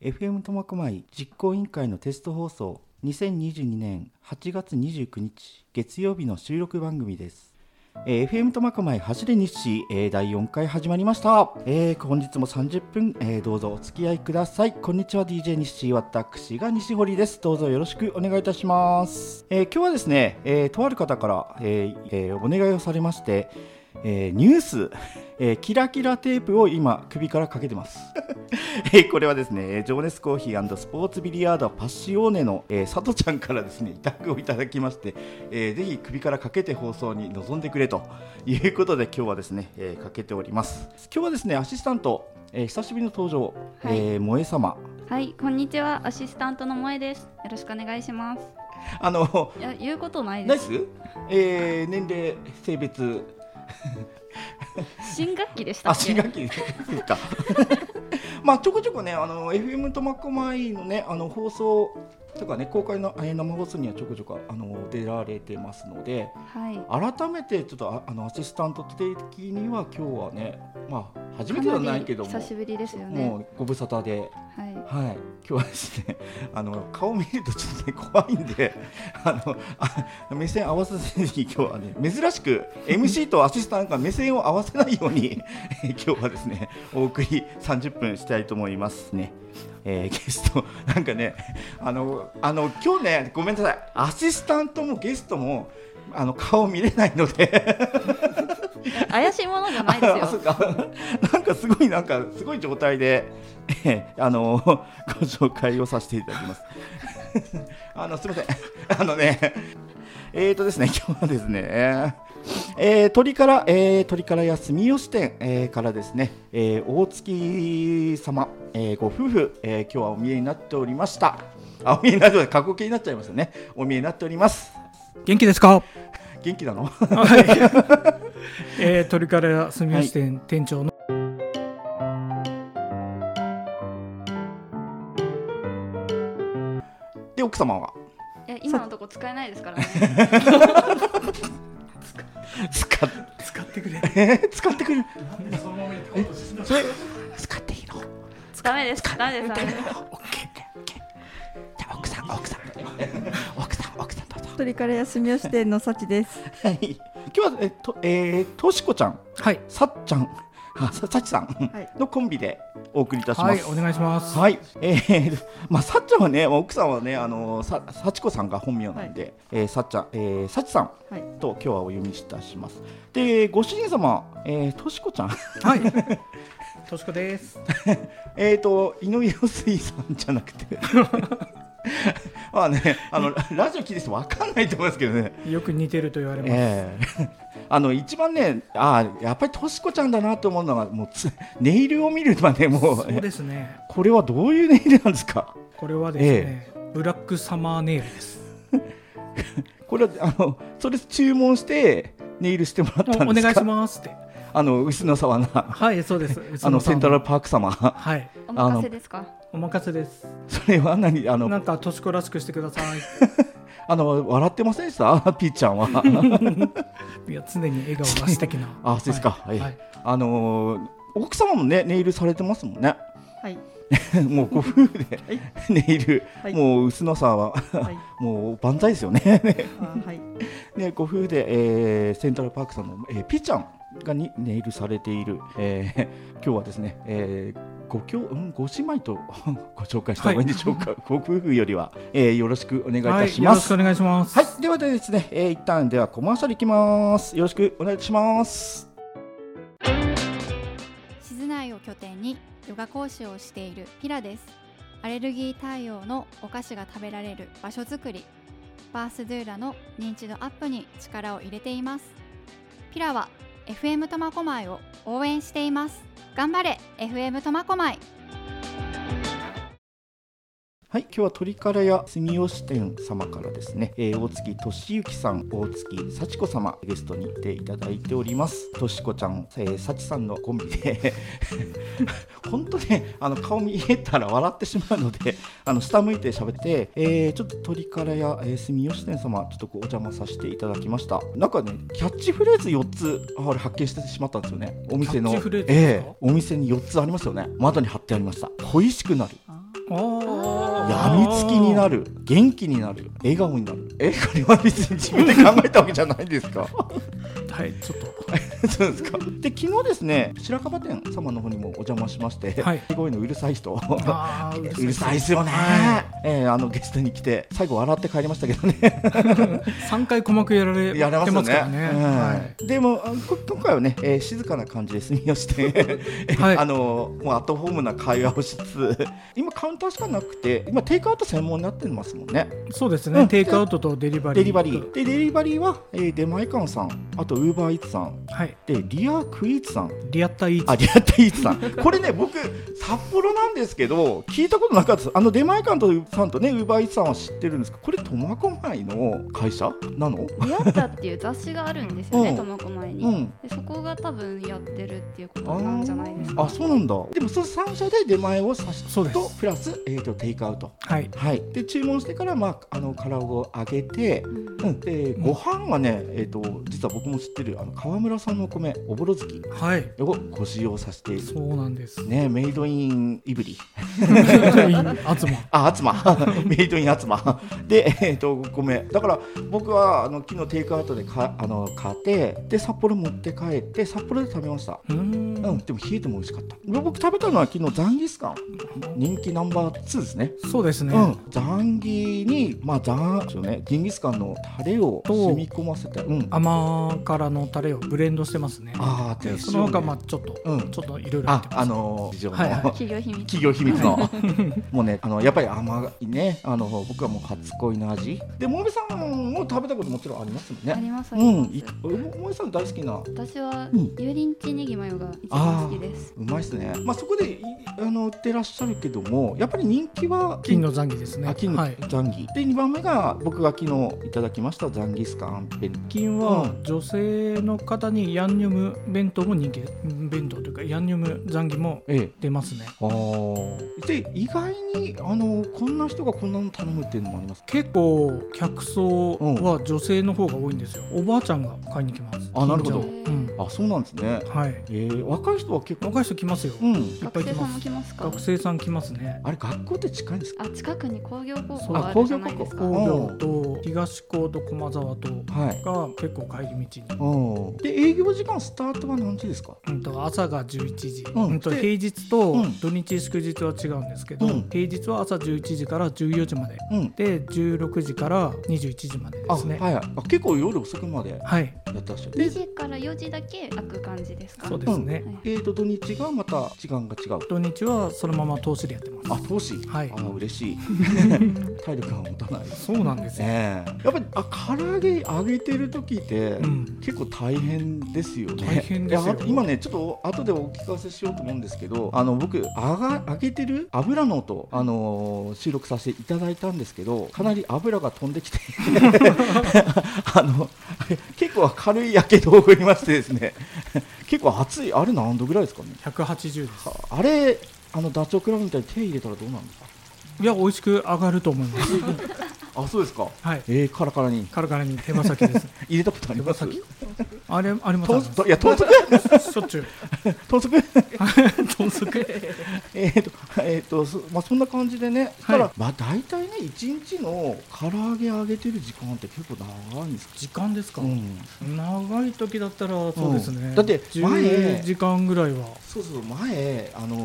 FM 苫小牧実行委員会のテスト放送2022年8月29日月曜日の収録番組です、えー FM 苫小牧走れ日誌、えー第4回始まりました、えー本日も30分、えーどうぞお付き合いくださいこんにちは DJ 日誌私が西堀ですどうぞよろしくお願いいたします、えー今日はですね、えーとある方から、えーえーお願いをされまして、えーニュース、えーキラキラテープを今首からかけてます えーこれはですね、えー情熱コーヒースポーツビリヤードパッシオーネの、えー、佐藤ちゃんからですね、委託をいただきまして、えーぜひ首からかけて放送に臨んでくれということで、今日はですね、えーかけております。今日はですね、アシスタント、えー久しぶりの登場、はいえー萌え様。はい、こんにちは、アシスタントの萌えです。よろしくお願いします。あの、いや、言うことないナでイす。ス、えー年齢、性別、新学期でしたあっけ。新学期ですか。 まあちょこちょこねあの FM 苫小牧のねあの放送とかね公開のえー生放送にはちょこちょこあの出られてますのではい。改めてちょっとああのアシスタント的には今日はねまあ初めてではないけどもかなり久しぶりですよもね。うご無沙汰ではい。はい、今日はですね、 あの顔見るとちょっとね怖いんで、 あのあ目線合わせずに今日はね珍しく MC とアシスタントが目線を合わせないように 今日はですねお送り30分したいと思いますね。えーゲストなんかねあのあの今日ねごめんなさいアシスタントもゲストもあの顔見れないので。いや怪しいものじゃないで ああすそうよ。かなんかすごいなんかすごい状態で、えーあの ご紹介をさせていただきます あのすみません あのねえーとですね 今日はですねえー、鳥から、えー、鳥からや住吉店、えー、からですね、えー、大月様、えー、ご夫婦、えー、今日はお見えになっておりました あお見えになって過去形になっちゃいますよねお見えになっております元気ですか、元気なの はいえー、鳥から住吉店店長ので奥様はいや、今のとこ使えないで すからね。使っ使ってくれえー 使ってくれるそのままにコントしてそれ使っていいのダメです。ダメです。ダメですオッケーオッケーオッケーじゃあ奥さん奥さん奥さん奥さんどうぞ鳥から休みをしての幸です。はい今日はえっとえー、としこちゃんはいさっちゃんあささちさんはいのコンビでお送りいたしまはすいお願いしますはい、えー、まあ、さっちゃんはね、奥さんはね、あの、さ、幸子さんが本名なんで、えーさっちゃん、えー、さちさん。はいと、今日はお読みいたします。で、ご主人様、えー、としこちゃん、はいとしこですえーと、井上陽水さんじゃなくて。 まあね、あの、ラジオ聞いてて、わかんないと思いますけどね。よく似てると言われます、ええ あの一番ね、あーやっぱりとしこちゃんだなと思うのが、もうつネイルを見るまでもう、そうですねこれはどういうネイルなんですか、これはですね、ブラックサマーネイルですこれはあのそれ注文してネイルしてもらったおんおですか、願いしますってあの薄野沢な、はいそうです あのセントラルルパーク様、はいお任せですか。お任せですそれは何あなのんかとしこらしくしてくださ あの笑ってませんでした、ピーちゃんは。いいや常に笑顔が素敵な あそうですかはい、ははいいあのー奥様もねネイルされてますもんね。 はい。もうご夫婦ではいネイル、はいもう薄野沢ははい。もう万歳ですよね。 あはい。ね、ご夫婦で、えーセントラルパークさんの、えーピーちゃんがにネイルされている、えー今日はですね、えーごきょうん、ご姉妹と ご紹介した方がいいんでしょうか、ご夫婦よりは、えーよろしくお願いいたしよまろしくす。おはい願いします、ではですね、えー一旦ではコマーシャルいきます。よろしくお願いします。静内を拠点にヨガ講師をしているピラですアレルギー対応のお菓子が食べられる場所づくりバースドゥーラの認知度アップに力を入れていますピラは FM 苫小牧を応援しています頑張れ FM 苫小牧はい、今日は鳥からや住吉店様からですね、えー大月俊之さん、大月幸子様、ゲストに来ていただいております。俊子ちゃん、えー、幸さんのコンビで、 本当ね、あの顔見えたら笑ってしまうので、 あの下向いて喋って、えーちょっと鳥からや、えー住吉店様、ちょっとこうお邪魔させていただきました。なんかね、キャッチフレーズ4つ、ああれ発見してしまったんですよね。お店の、キャッチフレーズですえかえお店に4つありますよね。窓に貼ってありました。恋しくなる。あおあやみつきになるる元気になる笑顔になるえこれは別に自分で考えたわけじゃないですかはいちょ っそうですかで昨日ですね白樺店様の方にもお邪魔しまして、とはいすごいのうるさい人あ ーうるさいですよね、はえーあのゲストに来て最後笑って帰りましたけどね三回鼓膜やられやられてまますすよかねらねうんはでもあこ今回はね、えー静かな感じで済みをして えはいあのーもうアットホームな会話をしつつ今カウンターしかなくて今テイクアウト専門になってますもんねいそうですうねんテイクアウトとデリバリデーリバリーでデリバリーは、えー、出前館さんあとウーバーイーツさんはいでリアクイーツさんリアタイーあツリアタイーツさん これね僕札幌なんですけど聞いたことなかったですあの出前館とさんとねウーバーイーツさんは知ってるんですけどこれ苫小牧の会社なのリアッタっていう雑誌があるんですようんね、苫小牧に、うんで。そこが多分やってるっていうことなんじゃないですか。あそうなんだでもその3社で出前をさしそうですとプラス、えー、とテイクアウトはいはいで注文してから、まあ、あの殻をあげてうんうん、でご飯はね、えー、と実は僕も知ってるあの川村さんのお米おぼろ月はいをご使用させてそうなんです ねメイドインイブリあつまあ、アツマ メイドインアツマで、えー、とごめんだから僕はあの昨日テイクアウトでかあの買ってで札幌持って帰って札幌で食べましたうーうんんでも冷えても美味しかった僕食べたのは昨日ザンギスカン人気ナンバー2ですねそうですねうん、ザンギに、まあ、ザンそうねジンギスカンのタレをと染み込ませて、うん、あ甘辛のタレをブレンドしてますねあーででその他まああちょっとうんちょっといろいろ入あってますあの事情の、はいはい企業秘密。企業秘密の もうねあのやっぱり甘いねあの僕はもう初恋の味でもえさんも食べたこともちろんありますもんあねりますあうりんます。いもえさん大好きな私はうん油淋鶏ネギマヨが一番好きです。うまいっすねまあそこでいあの売ってらっしゃるけどもやっぱり人気は金の残儀ですねあ金のはいザンギ、で2番目が僕が昨日いただきましたザンギスカンペン金は女性の方にヤンニョム弁当も人気うん弁当というかヤンニョム残儀もええ出ますねあーで意外にあのこんな人がこんなの頼むっていうのもあります結構客層は女性の方が多いんですよおばあちゃんが買いに来ますあなるほど金ちゃんうんあそうなんですねはいえー、若い人は結構若い人来ますようんいっぱ学い来生さんまもす来ますか学。生さん来ますねあれ学校って近いんですかあ近くに工業高そ校うがあるじゃないですあか。工工業と東高と駒沢とはいが結構帰り道にうんで営業時間スタートは何時ですかうんと朝が11時、うんうんとで平日とうん土日祝日は違うんですけど、うん平日は朝11時から14時までうんで16時から21時までであ、すねははいはいあ結構夜遅くまでやいってらっしゃる2で時から4時だけ開く感じですか。そうですね、はいえー、と土日がまた時間が違う土日はそのまま通しでやってまあす投資はいあー嬉 しい体力が持たないそうなんです よ、ねえやっぱりあ唐揚げ揚げてる時って、うん結構大変ですよね。大変ですよいやあ今ねちょっと後でお聞かせしようと思うんですけど、あの僕揚が揚げてる油の音あのー収録させていただいたんですけど、かなり油が飛んできて、 あの結構軽いやけどを負いましてですね、結構熱いあれ何度ぐらいですかね。 180ですああれあのダチョウ倶楽部みたいに手入れたらどうなんですか。いや美味しく上がると思います あそうですか。はいえー、カラカラにカラカラに手羽先 です入れたことあります。あれありますあ豚り足いや豚足ますしょっちゅ う豚足豚足えーと、えーと、そまあ、そんな感じでね、はいただ、まあ、大体ね、一日の唐揚げ揚げてる時間って結構長いんですか。 時間ですか、うん、長い時だったらそうですね、うんだって前10時間ぐらいはそうそう、前、あの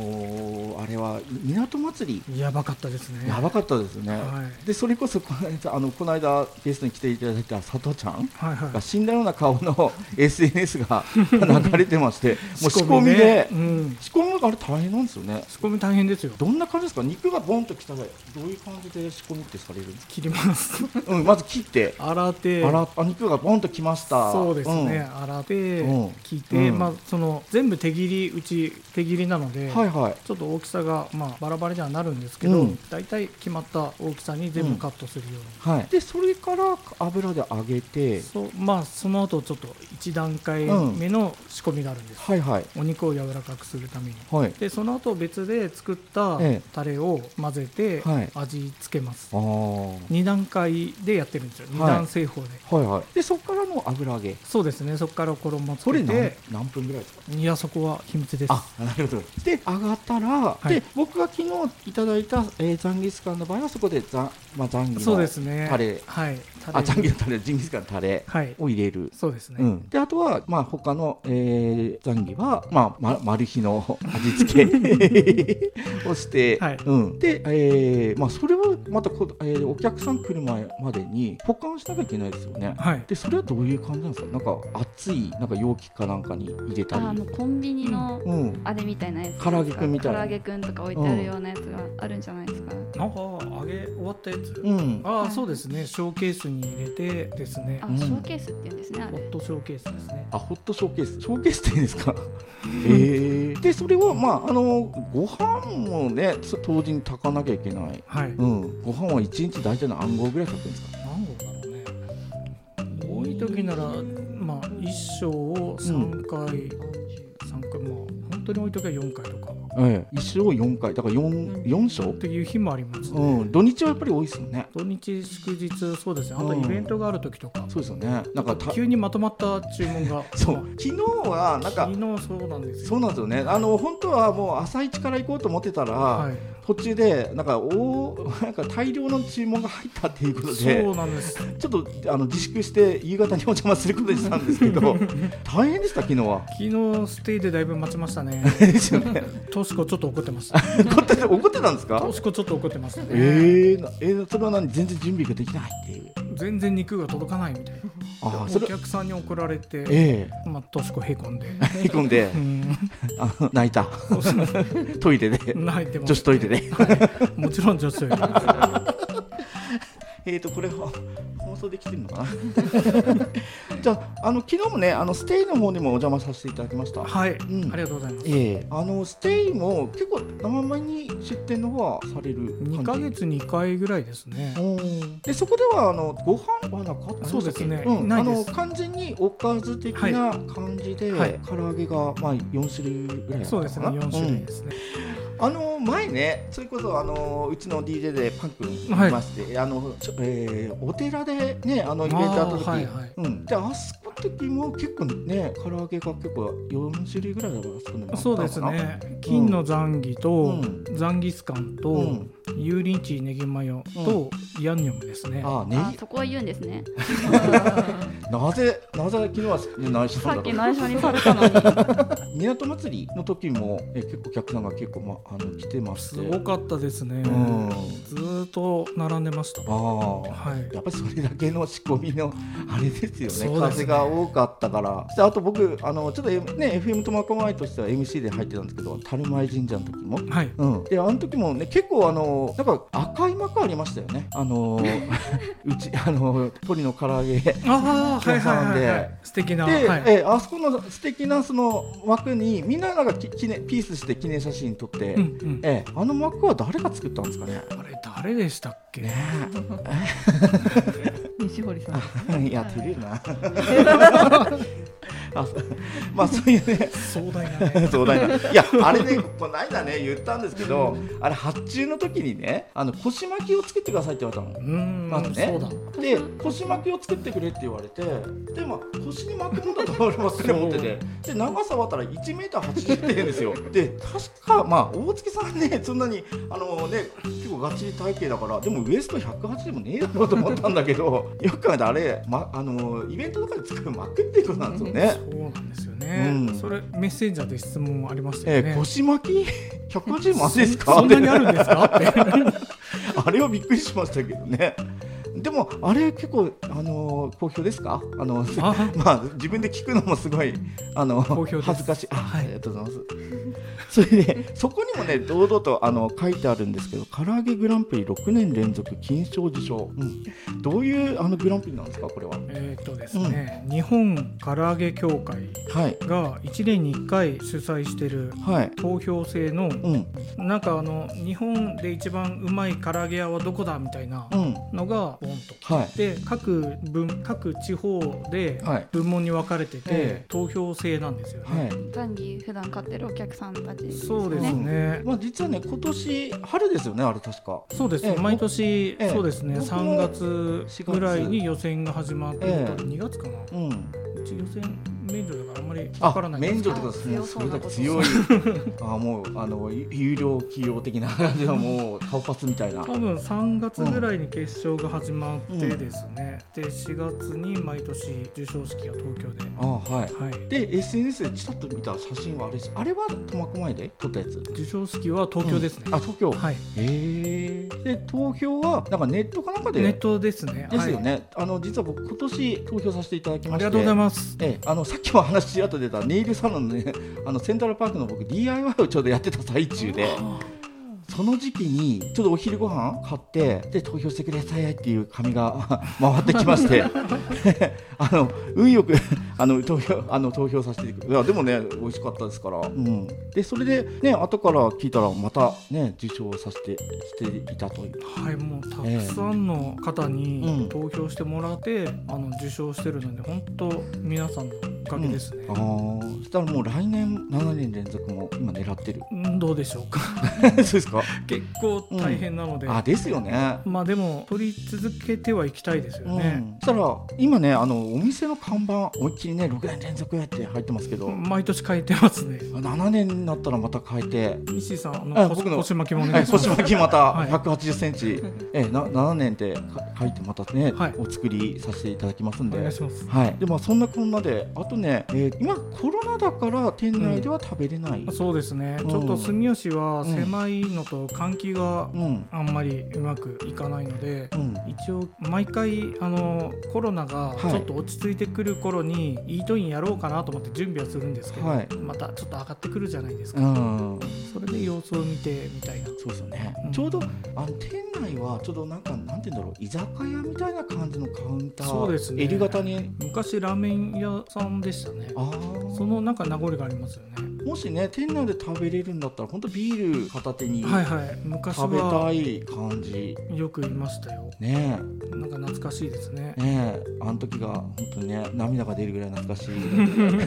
ーあれは港祭やばかったですねり、やばかったですよね。はで、それこそ、この間、あの、この間、ゲストに来ていただいた佐藤ちゃん。いはいはいが死んだような顔の SNS が 流れてま して、もう仕込みねでう、ん、仕込みがあれ大変なんですよね。仕込み大変ですよどんな感じですか、肉がボンときたら、どういう感じで仕込みってされるんですか。切ります うん、まず切って、洗ってあらあ肉がボンときましたそうですね、ん洗ってうん切って、うんまあその全部手切りうち手切りなので、はいはいちょっと大きさが、まあ、バラバラにはなるんですけど、うん大体決まった大きさに全部カットするように、はいでそれから油で揚げてそうまあ、その後ちょっと1段階目の仕込みがあるんです、はいはいお肉を柔らかくするためにはいでその後別で作ったええタレを混ぜてはい味付けます、あー2段階でやってるんですよ2はい段製法で、はいはいでそこからの油揚げそうですねそこから衣をつこれけ何て何分ぐらいですかいやそこは秘密ですあなるほどで上がったら、いで僕が昨日いただいた、えー、ザンギスカンの場合はそこでザ,、まあ、ザンギそうでのすねタレはいタレあザンギのタレジンギスカンのタレはいを入れる、そうですね、うん、であとは、まあ、他の、えー、ザンギは、まあま、マル秘の味付けをして、はいうん、で、えーまあ、それはまたこ、えーお客さん来る前までに保管しなきゃいけないですよね。はいでそれはどういう感じなんですかなんか熱いなんか容器かなんかに入れたありのコンビニのうんあれみたいなやつ唐揚げくんみたいな唐揚げくんとか置いてあるようなやつがあるんじゃないですか、なんか揚げ終わったやつ、うんあはあいそうですねショーケースに入れてですねあうんショーケースって言うんですねあホれットショーケースですねあホットショーケースショーケースっていうんですかえー、でそれをまああのご飯もねそ当時に炊かなきゃいけないはい、うんご飯は一日大体の暗号ぐらい炊くんですか何合だろうね多い時ならまあ一生を3回、三回まあ本当に多い時は4回とかっええ一生4回だから 4, 四章ていう日もありますね、うん土日はやっぱり多いですよね土日祝日そうですねあうとんイベントがある時とか、そうですよねなんかた急にまとまった注文が そう昨日はなんか昨日そうなんですよそうなんですよねあの本当はもう朝一から行こうと思ってたら、はい、途中でなんかおなんか大量の注文が入ったっていうことでそうなんですちょっとあの自粛して夕方にお邪魔することにしたんですけ ど大変でした昨日は。昨日ステイでだいぶ待ちましたねですよね。トシコちょっと怒っ てますト怒ってた怒ってたんですか？シコちょっと怒ってますね、えーなえーそれは何全然準備ができないっていう。全然肉が届かないみたいなああおそれ客さんに怒られてえまあトシコへこ んでえへこんでうんあ の泣いたトイレで泣いてます女子トイレで。もちろん女子トイレです えーとこれは放送できてるのかな。 じゃああの昨日もねあのステイの方にもお邪魔させていただきました。はい、うんありがとうございますええあのステイも結構長めに出店の方はされる感じ2ヶ月に2回ぐらいですねでそこではあのご飯はなかったそうですねうん、なあいでのす完全におかず的な感じで、はい唐揚げがまあ四種類ぐらいだったかなそうですね4種類うんですね、あの前ねそれこそあのうちの DJ でパン君いはいまして、あのちょえーお寺でねあのイベントあった時あーはいはいうんであそこの時も結構ね唐揚げが結構四種類ぐらいだから少ないそうですね金のザンギと、うザンギスカンと、うん油淋鶏ネギマヨと、ヤンニョムですねああねそこは言うんですねなぜなぜ昨日はね内緒なんださっろきう内緒にされたのには港祭りの時もえ結構お客さんが結構、ま、あの来てましてすごかったですね、うんずーっと並んでましたあはいあやっぱりそれだけの仕込みのあれですよねそうです風ねが多かったからそしてあと僕あのちょっと、ね、FM 苫小牧としては MC で入ってたんですけど樽前神社の時も。はいうん、であの時もね結構あのなんか赤い幕ありましたよねあ のうちあの鳥の唐揚げああはいはいはいはい、皆さん素敵な、はで、い、えーあそこの素敵なその枠にみんななんかき記念ピースして記念写真撮って、うんうんえーあの幕は誰が作ったんですかねあれ誰でしたっけ、西堀さん。 いや照れるな あそうまあそういうね 壮大なね壮大ないやあれねこないだね言ったんですけどあれ発注の時にねあの腰巻きを作ってくださいって言われたのうーん、まずねそうだで腰巻きを作ってくれって言われてでまあ腰に巻くもんだと俺はす れ思っててで長さはたら 1m80 って言うんですよで確かまあ大月さんねそんなにあのね結構ガチ体型だからでもウエスト108でもねえだろうと思ったんだけど よく考えたらあれ、ま、あのイベントとかで作る巻くっていうことなんですよね。そうなんですよね、うんそれメッセンジャーで質問ありましたえよーね、腰巻き180もあるんですかそんなにあるんで すかってあれはびっくりしましたけどね。でもあれ結構あの好評ですか？あのあ まあ自分で聞くのもすごいあの好評です恥ずかしいあ,、はいありがとうございます。 それでそこにもね堂々とあの書いてあるんですけど唐揚げグランプリ6年連続金賞受賞、うんどういうあのグランプリなんですかこれはえーっとですね、日本唐揚げ協会はいが1年に1回主催してるはい投票制のうんなんかあの日本で一番うまい唐揚げ屋はどこだみたいなうんのがボンとはいで各分各地方ではい部門に分かれてて、ええ投票制なんですよはね、いザンギ普段買ってるお客さんたじですね。そうですね。まあ、実はね今年春ですよねあれ確か。そうです、ええ毎年、ええそうですね僕も3月ぐらいに予選が始まって、ええ2月かなうん、うち予選免除だからあんまりわからあないんで免すけ除どってことですねあそれだけ強いあもうあのゆ有料企業的な感じのもう顔パスみたいな。多分3月ぐらいに決勝が始まってですね、で4月に毎年授賞式が東京で、あはいはい、で SNS でちらっと見た写真はあれですあれは苫小牧で撮ったやつ授賞式は東京ですね、うんあ東京、はい、へえで投票はなんかネットかなんかでネットですねですよはね、あの実は僕今年投票させていただきい、ましてありがとうございますええ、あのさっきも話あと出たネイルサロンのね あのセントラルパークの僕 DIY をちょうどやってた最中でその時期にちょっとお昼ご飯買ってで投票してくださいっていう紙が 回ってきまして あの運よく あの投票あの投票させていやでもね美味しかったですから、うん、でそれでね後から聞いたらまたね受賞させてしていたというはいもうたくさんの方ええうにん投票してもらって、あの受賞してるので本当皆さんのおかげですね、あーそしたらもう来年7年連続も今狙ってるうんどうでしょうか そ うですか結構大変なので、あですよねまあでも取り続けてはいきたいですよね、うん、そしたら今ねあのお店の看板思いっきりね6年連続やって入ってますけど、毎年変えてますね7年になったらまた変えて。西井さんああの僕腰の腰巻きもおは願い、いしま腰す、巻きまたはい180センチ、ええな7年って書いてまたね、はいお作りさせていただきますんおで、願いしますはい、でまあそんなこんなで、あとね、えー今コロナだから店内では食べれない、うん、そうですねちょっと住吉は狭いのと換気がうん、あんまりうまくいかないのでうん、一応毎回あのコロナがはいちょっと落ち着いてくる頃にイートインやろうかなと思って準備はするんですけど、はいまたちょっと上がってくるじゃないですか、うん、それで様子を見てみたいなそうですよね、うんちょうどあの店内はちょうどなんかなんて言うんだろう居酒屋みたいな感じのカウンター、そうですね L 型に、昔ラーメン屋さんでしたねあーそのなんか名残がありますよねもしね店内で食べれるんだったら本当ビール片手にはいはい昔食べたはい感じ、よくいましたよねなんか懐かしいですねえねえあの時が本当にね涙が出るぐらい懐かしい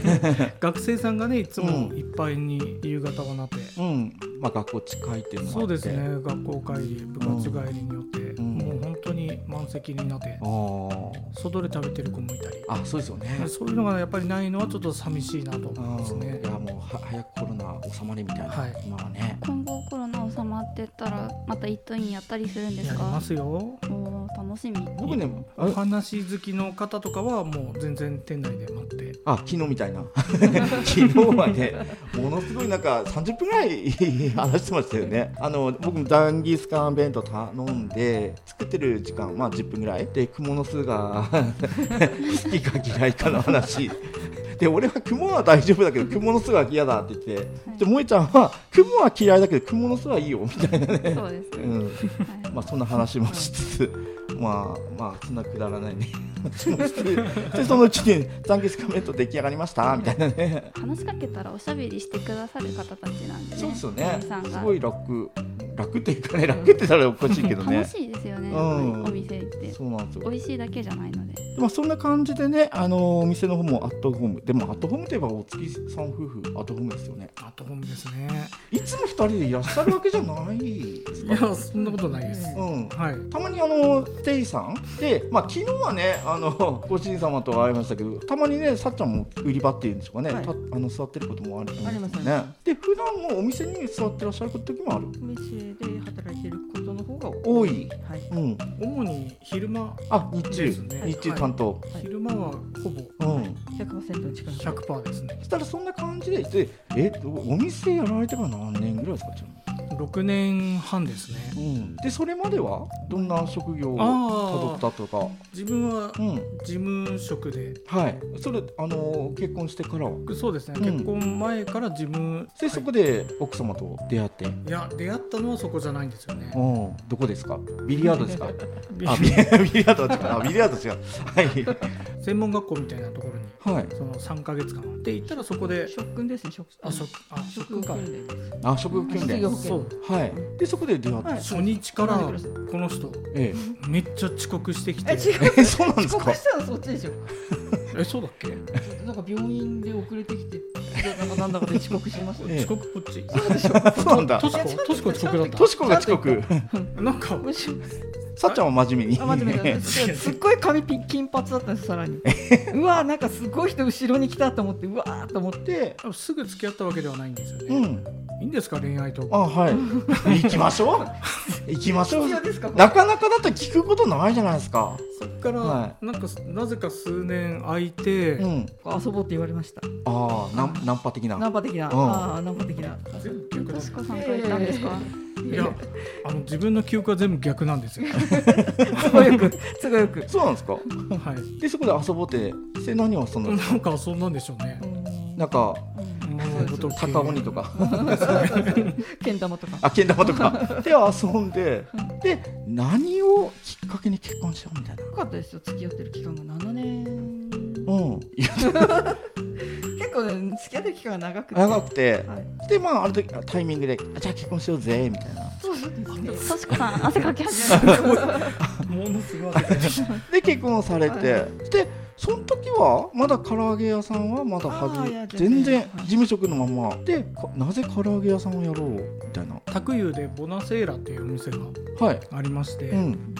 学生さんがねいつもうんいっぱいに夕方はなって、うんまあ学校近いっていうのもそあうってですね学校帰り部活帰りによって、んもう本当に満席になってあー外で食べてる子もいたりあそうですよねそういうのがやっぱりないのはちょっと寂しいなと思いますうんねい。やもうは早くコロナ収まれみたいな、はい今はね今後コロナ収まってったらまたイットインやったりするんでやすりかますよ。おおー楽しみ僕ねあお話好きの方とかはもう全然店内で待って。あ昨日みたいな 昨日はねものすごいなんか30分ぐらい話してましたよねあの僕もダンギスカン弁当頼んで作ってる時間まあ10分ぐらいで蜘蛛の巣が好きか嫌いかの話で俺は蜘蛛は大丈夫だけど蜘蛛の巣は嫌だって言ってで萌ちゃんは蜘蛛は嫌いだけど蜘蛛の巣はいいよみたいなね、そうでうすね、ん、はいまあそんな話もしつ つ、まあまあそんなくだらないね 話もしつつ、でそのうちに残月カメント出来上がりましたみたいなね。話しかけたらおしゃべりしてくださる方たちなんでねそうですよね店員さん。すがごい楽、楽っていうかね、楽って言ったらおかしいけどね楽。しいですよね、うんお店行ってそうなんですよ。美味しいだけじゃないのででまあそんな感じでね、あのお店の方もアットホーム、でもアットホームといえばお月さん夫婦アットホームですよね。あとホームですね。いつも二人でいらっしゃるわけじゃないですいか。 やそんなことないです。うん。はい。たまにあのテイさんで、まあ、昨日はねあの ご主人様と会いましたけどたまにねさっちゃんも売り場っていうんでしょうかね、はいたあの座ってることもあるんありますよありねまで普段もお店に座ってらっしゃる時もあるお店で働いてることの方が多い、はい。うん、主に昼間あ日で中す、ね日中担当、はい昼間はほぼうん百パーセント近く。 100%ですね。そしたらそんな感じででえお店やられてから何年ぐらいですかちな6年半ですね。みにうん、でそれまではどんな職業をあーたどったとか自分はうん事務職で。はいそれあの結婚してからはそうですね、うん結婚前から事務でそこで奥様と出会って、いや出会ったのはそこじゃないんですよねうん、どこですかビリヤードです かあビビリヤードは違うあビリヤード違う 専門学校みたいなところにはい、はい、その3か月間で行ったらそこで職訓ですね。職あ職あ職職会訓です。あ職業訓職業練訓そうはいでそこで出会って、はい初日からはいこの人えめっちゃ遅刻してきてえ違う。ええそうなんです遅か刻したらそっちでしょ。えそうだっけなんか病院で遅れてきて、なんかなんだかで遅刻しましたええね。遅刻こっちそうなんだトシコトシコ遅刻だっとしこが遅刻たなんかむしろさっちゃんは真面目にあ、待って待って待って、すっごい髪ピ金髪だったんです、さらに。うわー、なんかすごい人後ろに来たと思って、うわーと思って。ですぐ付き合ったわけではないんですよね、うんいいんですか恋愛とあか はい行きましょう行きましょう必要ですか、これなかなかだって聞くことないじゃないですかそっから、はなんかなぜか数年空いて、うん遊ぼうって言われました。ああナンナンパ的なナンパ的な。んああ、ナンパ的な。全部逆だとしこさんと行ったんですかいやあの自分の記憶は全部逆なんですよ都合よく、都合よく。そうなんですかはいでそこで遊ぼうってせ何を遊んだんですかなんか遊んだんでしょうねなんかうんこと系高鬼とかけん玉とか。あけん玉と かで遊んでで何をきっかけに結婚しようみたいなよかったですよ、付き合ってる期間が7年。うんいや結構、ね、付き合ってる期間が長くて。長くてはい。でまあある時タイミングであじゃあ結婚しようぜみたいなそうなんですね。としこさん汗かき始めたものすごいで結婚されて、はでその時はまだ唐揚げ屋さんはまだあはーいやじ全全然然事務職のままでかなぜ唐揚げ屋さんをやろうみたいな卓湯でボナセーラっていうお店がはい、ありまして、うん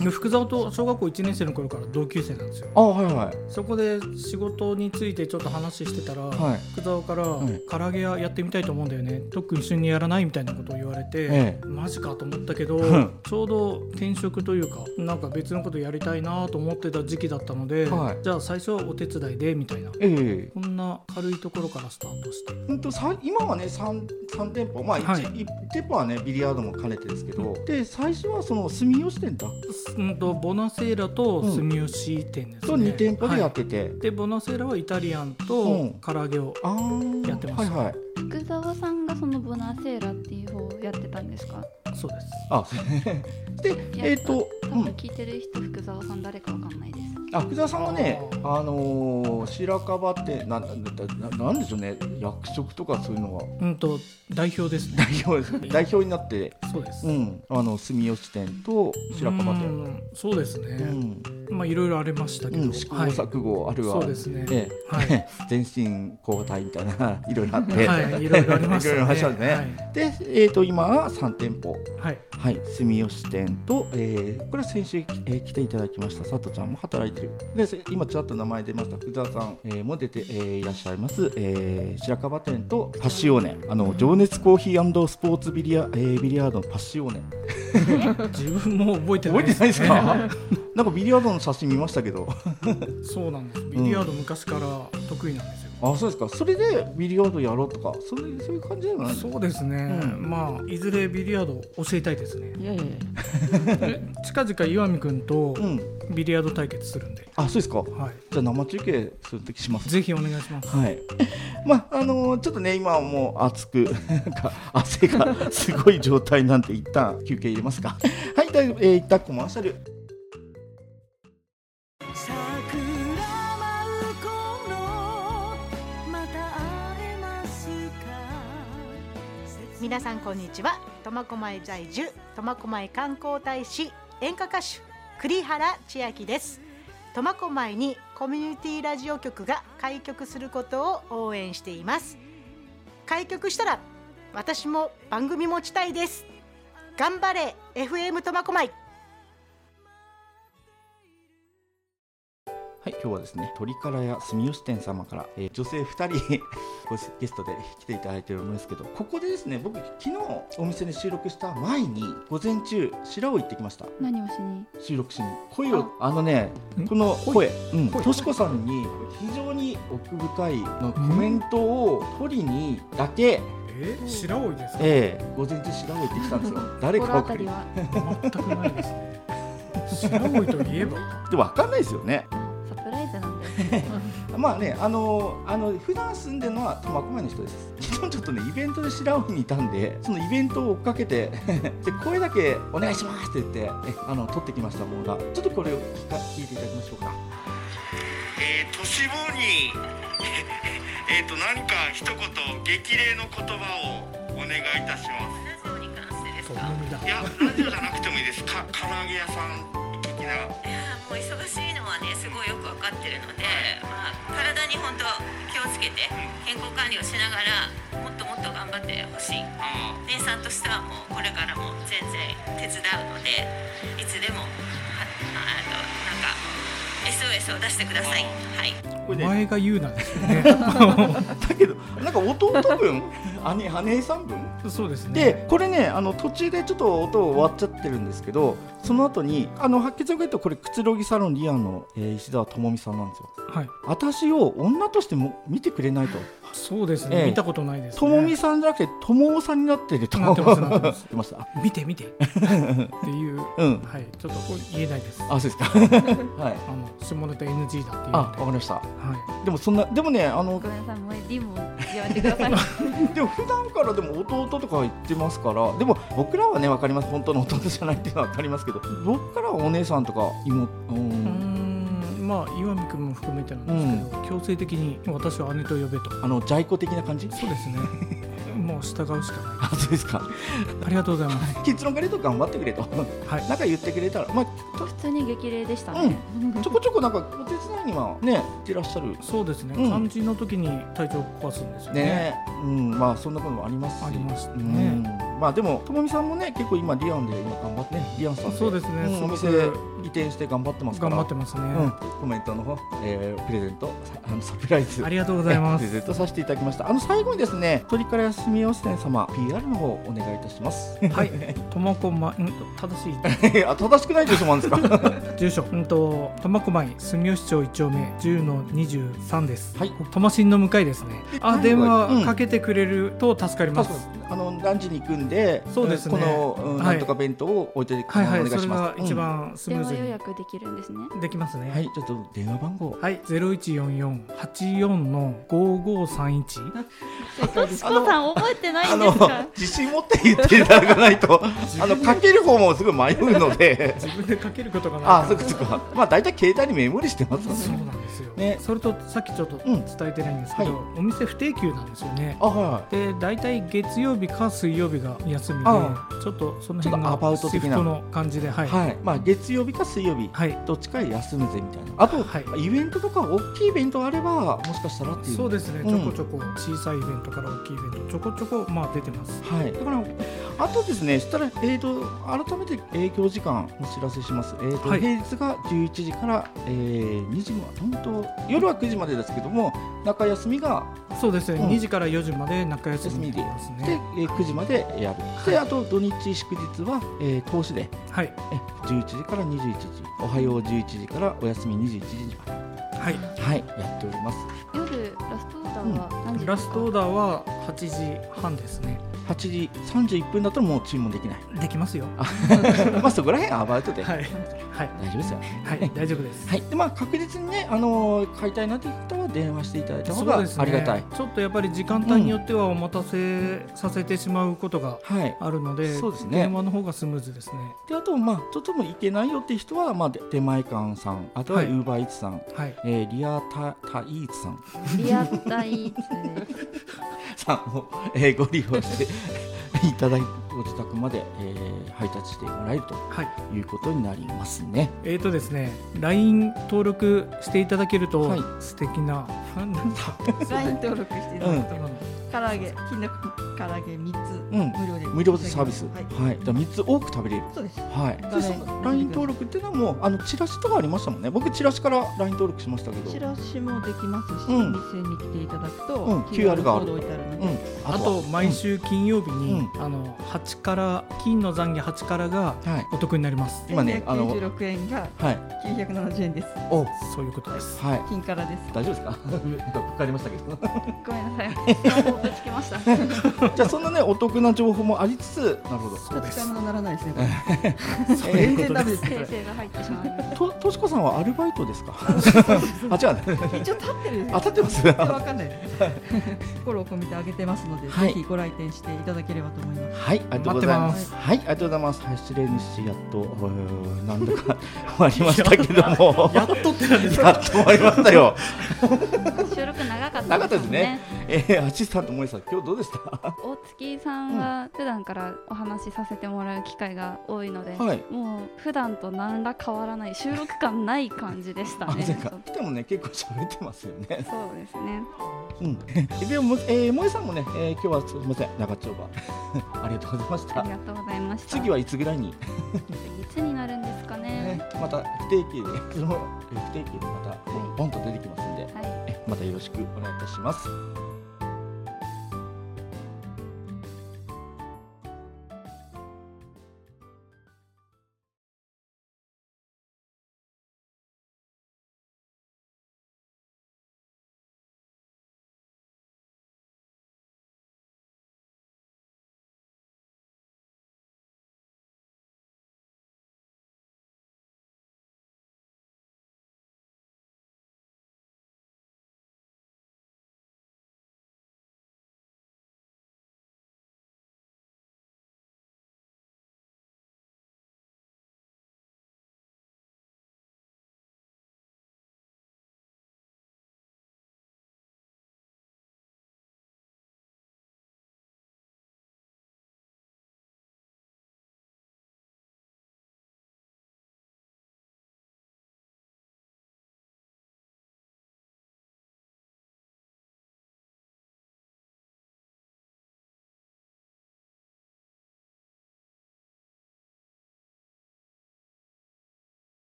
で福沢と小学校1年生の頃から同級生なんですよあはいはいそこで仕事についてちょっと話してたら、はい福沢からん「唐揚げ屋やってみたいと思うんだよね、特に一緒にやらない?」みたいなことを言われて、えマジかと思ったけど、うんちょうど転職というかなんか別のことやりたいなと思ってた時期だったので、はいじゃあ最初はお手伝いでみたいなええこんな軽いところからスタートしてほんとさ今はね 3, 三店舗まあ 1,、はい一店舗はねビリヤードも兼ねてですけど、で最初はその住吉店だうんとボナセーラと住吉店ですね、と2店舗でやっはてて、いでボナセーラはイタリアンうとん唐揚げを、ああやってましたはいはい福沢さんがそのボナセーラっていう方をやってたんですかそうですあでやえっ、と多分聞いてる人福沢さん誰かわかんないですあ福田さんはね、あのー白樺ってななななんでしょうね、役職とかそういうのはうんと代表ですね代表ですね代表になって、そうです、うん、あの住吉店と白樺う店、んそうですね、うんまあいろいろありましたけうど、ん、試行はい錯誤あるは、そうですね、えはいえ全身交代みたいな いろいろあって、はい、いろいろありまし いろいろありましたたね。ねで、えー、と今は3店舗、はい、はい、はい、住吉店と、えーこれは先週、えー来ていただきました佐藤ちゃんも働いてるでせ今ちらっと名前出ました福沢さん、えーも出て、えーいらっしゃいます、えー白樺店とパシオーネあの情熱コーヒースポーツビリヤ、えービリヤードのパシオーネ自分も覚えてな覚いえてないですか ねなんかビリヤードの写真見ましたけどそうなんです。ビリヤード昔から得意なんですよ。あそうですかそれでビリヤードやろうとかそれそういう感じじゃないそうですね、うんまあいずれビリヤードを教えたいですねいやいやいや。で近々岩見くんとうんビリヤード対決するんで、あそうですかはじゃあ生中継するときしますい、ぜひお願いしますはい。 まああのちょっとね今はもう暑く なんか汗がすごい状態なんで一旦休憩入れますか。 はい、だいぶえー、一旦コマーシャル。桜舞う頃また会えますか 皆さんこんにちは苫小牧在住苫小牧観光大使演歌歌手栗原千明です苫小牧にコミュニティラジオ局が開局することを応援しています開局したら私も番組持ちたいです頑張れ FM 苫小牧はい、今日はですね鳥からや住吉店様から、えー女性二人 ごゲストで来ていただいてるんですけど、ここでですね僕昨日お店に収録した前に午前中白尾行ってきました。何をしに収録しに声をあのねんこの声うん声としこさんに非常に奥深いのコメントを取りにだけえー、白老ですかええ、午前中調べてきたんですよ。誰か心わか当たりりっは全くないですね白老といえばてわかんないですよね。サプライズなんでまあね、あのあの普段住んでるのは苫小牧の人です。 昨日ちょっとねイベントで白尾にいたんで、そのイベントを追っかけて で声だけお願いしますって言って、えあの撮ってきましたものが、ちょっとこれを聞か聞いていただきましょうか。えー、都市部に えっと何か一言激励の言葉をお願いいたしまそうなんだすいやラジオじゃなくてもいいですか唐揚げ屋さん的なもう忙しいのはねすごいよくわかかってるので、まあ、体に本当気をつけて健康管理をしながらもっともっと頑張ってほしい姉さんとしてはもうこれからも全然手伝うのでいつでもはああとなんか SOS を出してください。はいこれおね前が言うなんですよねだけどなんか弟分姉姉さん分 そうですねでこれねあの途中でちょっと音を割っちゃってるんですけどその後にあの白血病が言うとこれくつろぎサロンリアの、えー石澤智美さんなんですよはい私を女としても見てくれないとそうですえねえ見たことないですね智美さんじゃなくて智夫さんになってるとなってますなってます言てました見て見てっていう うんはいちょっとこれ言えないですあそうで すかはいあの下ネタ NG だっていうあのわかりましたではでもそんなでもねあのごめんなさい、もうリムやめてください。 でも普段からでも弟とか言ってますからでも僕らはね分かります本当の弟じゃないっていうのは分かりますけど僕からはお姉さんとか妹ういうんーんまあ岩見君も含めてなんですけど、強制的に私は姉と呼べとあのジャイコ的な感じそうですね もう従うしかないあそうですかありがとうございます結論から言うと頑張ってくれと はいなんか言ってくれたらまあ普通に激励でしたうね。んちょこちょこなんかお手伝いにはね行ってらっしゃるそうですね、うん漢字の時に体調を壊すんですよねねうんまあそんなこともありますしありますうね、んまあでもともみさんもね結構今リアンで今頑張ってねリアンさんそうですねんすおごく店移転して頑張ってますか頑ら張ってますね、うん、コメントの方、えー、プレゼントさあのサプライズありがとうございまえすプレゼント させていただきましたあの最後にですね鳥から休み温泉様 PR の方お願いいたします はい苫小牧うん正しいあ正しくない住所もあるんですか住所うんと苫小牧住吉町一丁目10の23ですはい苫新の向かいですねあ電う話んかけてくれると助かりまあす、そうですあのランチに行くんでそうですこねの、うんはいなんとか弁当を置いて、はいはおい願いそしれまがす一、番スム電ー話ズ予に約できるんですね。できますうねんはいちょっと電話番 号はい、ゼロ一四四八四の五五三一。としこさん覚えてないあんですのか。自信持って言っていただかないとあのかける方もすごい迷うので自分でかけることがないから。あそっかそっかまあ大体携帯にメモリしてますのそうでなんですよ。ねそれとさっきちょっとうん伝えてないんですけど、お店不定休なんですよね。あはいはいで、大体月曜日か水曜日が休みで、あちょっとそのちょっ辺とアバウがトシ的なフトの感じで、はい、はい、はいまあ、月曜日か水曜日、どっちか休むぜみたいな、あと、はいイベントとか、大きいイベントがあれば、もしかしたらっていう、そうですね。うんちょこちょこ小さいイベントから大きいイベント、ちょこちょこまあ出てます。はい、だから、あとですね、したら、えー、と改めて営業時間、お知らせします、えーとはい平日が11時から、えー、2時まで、本当、夜は9時までですけども、中休みが、そうですね。うん二、時から四時まで中休みになりますでね。えー9時までやる、であと土日、祝日は、えー投資ではい、え11時から21時、おはよう11時からお休み21時まはい。で、はい、やっております。夜ラストオーダーは何時ラストオーダダーは八時半ですね。 8時31分だともう注文できない できますよ。まあそこら辺アバウトで、はい。はい。大丈夫ですよはい。大丈夫で す。はいでまあ確実にねあのー買いたいなという方は電話していただいた方そうがですねありがたい、ちょっとやっぱり時間帯によってはお待たせさせてしまうことがはいあるので、そうですね電話の方がスムーズですね。であとまあちょっとも行けないよっていう人はまあで出前館さんあとははウいーバーイーツさん、はい。えーリアタタイーツさん ー。リアタイツ。さんを、えーご利用して いただいてご自宅まで、えー配達してもらえるとはい。いうことになりますね。えーとですね、LINE 登録していただけると、はい素敵な、なんだライン登録していただくと、唐揚げ、金の唐揚げ三つ、うん無料で。無料サービス、ははいい、。じゃあ3つ多く食べれるそうです。はい、画で面その LINE 登録っていうのはもうあのチラシとかありましたもんね僕チラシから LINE 登録しましたけどチラシもできますし、うおん店に来ていただくと、うん QR がコあーるド置いてあるのうで、ん、あはと毎、週金曜日に、うあの8から金の残業8からがうんはいお得になります。今ねあの96円がはい970円です。おそういうことです。はい金からです。大丈夫です かなんかかかりましたけどごめんなさい。スマホぶつけました。じゃあそんなねお得な情報もありつつなるほどこれ使い物にならないですね。こそうれいう全こと然ダメです。こ訂れ正が入ってしまう。ととしこさんはアルバイトです かあ違うね一応立ってる。あ立ってます全然わかんない。 心を込めてあげてますので、はいぜひご来店していただければと思います。はいありがとうございます待ってはいありがとうございますはい失礼にしやっとえーなんだか終わりましたしたけども やっとってなんですやかっと終わりました よ収録長かったなかったですね。えー、アシスタント萌さん今日どうでした大月さんは普段からお話しさせてもらう機会が多いので、はいもう普段と何ら変わらない収録感ない感じでしたあ、ね。前回来てもね、結構喋ってますよね。そうですね。うん。でも、えー、萌さんもね、えー、今日はすみません、長丁 場。ありがとうございましあたり。がとうございました。次はいつぐらいに、いつになるんですかねね。、また不定期で、 そのえー不定期でまたボンと出てきますんで、はい。えまたよろしくお願いいたします。